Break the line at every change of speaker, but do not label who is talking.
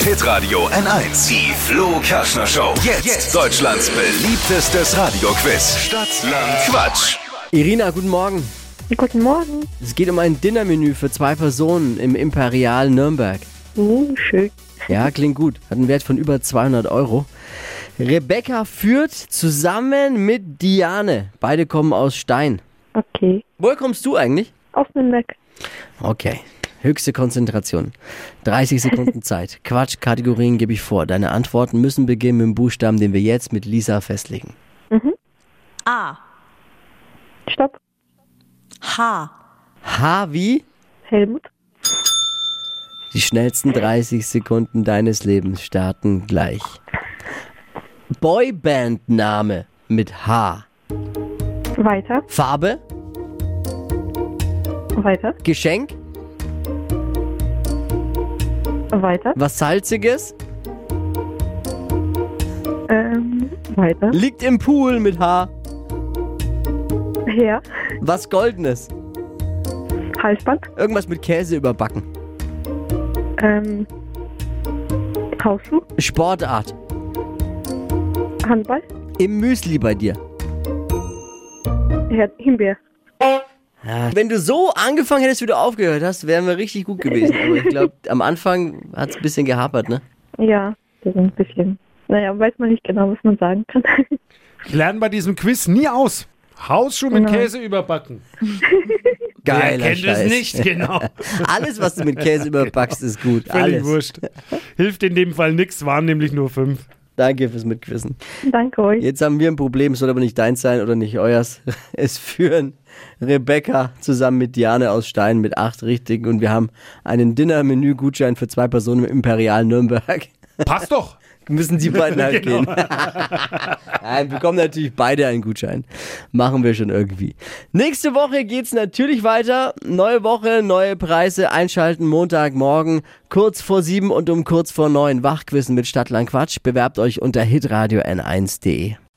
Hitradio N1. Die Flo Kerschner Show. Jetzt, Deutschlands beliebtestes Radioquiz. Stadt, Land, Quatsch.
Irina, guten Morgen.
Guten Morgen.
Es geht um ein Dinnermenü für zwei Personen im Imperial Nürnberg.
Uh, schön.
Ja, klingt gut. Hat einen Wert von über 200 Euro. Rebecca führt zusammen mit Diane. Beide kommen aus Stein.
Okay.
Woher kommst du eigentlich?
Auf den Weg.
Okay. Höchste Konzentration. 30 Sekunden Zeit. Quatschkategorien gebe ich vor. Deine Antworten müssen beginnen mit dem Buchstaben, den wir jetzt mit Lisa festlegen.
A.
Stopp.
H.
H wie?
Helmut.
Die schnellsten 30 Sekunden deines Lebens starten gleich. Boybandname mit H.
Weiter.
Farbe,
Weiter.
Geschenk,
Weiter.
was Salziges,
Ähm, weiter.
liegt im Pool mit H,
Her.
was Goldenes,
Halsband.
irgendwas mit Käse überbacken,
Ähm, Hausschuh.
Sportart,
Handball.
im Müsli bei dir.
Her Himbeer.
Ah.
Wenn du so angefangen hättest, wie du aufgehört hast, wären wir richtig gut gewesen. Aber ich glaube, am Anfang hat es ein bisschen gehapert, ne?
Ja, das ist ein bisschen. Naja, weiß man nicht genau, was man sagen kann.
Ich lerne bei diesem Quiz nie aus. Hausschuh mit Käse überbacken.
Geiler
Wer kennt
Scheiß.
es nicht, genau.
Alles, was du mit Käse überbackst, ist gut.
Völlig
Alles.
wurscht. Hilft in dem Fall nichts, waren nämlich nur fünf.
Danke fürs Mitquissen.
Danke euch.
Jetzt haben wir ein Problem, es soll aber nicht deins sein oder nicht euers. Es führen Rebecca zusammen mit Diane aus Stein mit acht richtigen und wir haben einen Dinner-Menü-Gutschein für zwei Personen im Imperial Nürnberg.
Passt doch.
Müssen die beiden halt gehen. Nein, bekommen natürlich beide einen Gutschein. Machen wir schon irgendwie. Nächste Woche geht's natürlich weiter. Neue Woche, neue Preise. Einschalten Montagmorgen kurz vor sieben und um kurz vor neun. Wachquissen mit Stadtland Quatsch. Bewerbt euch unter hitradio n1.de.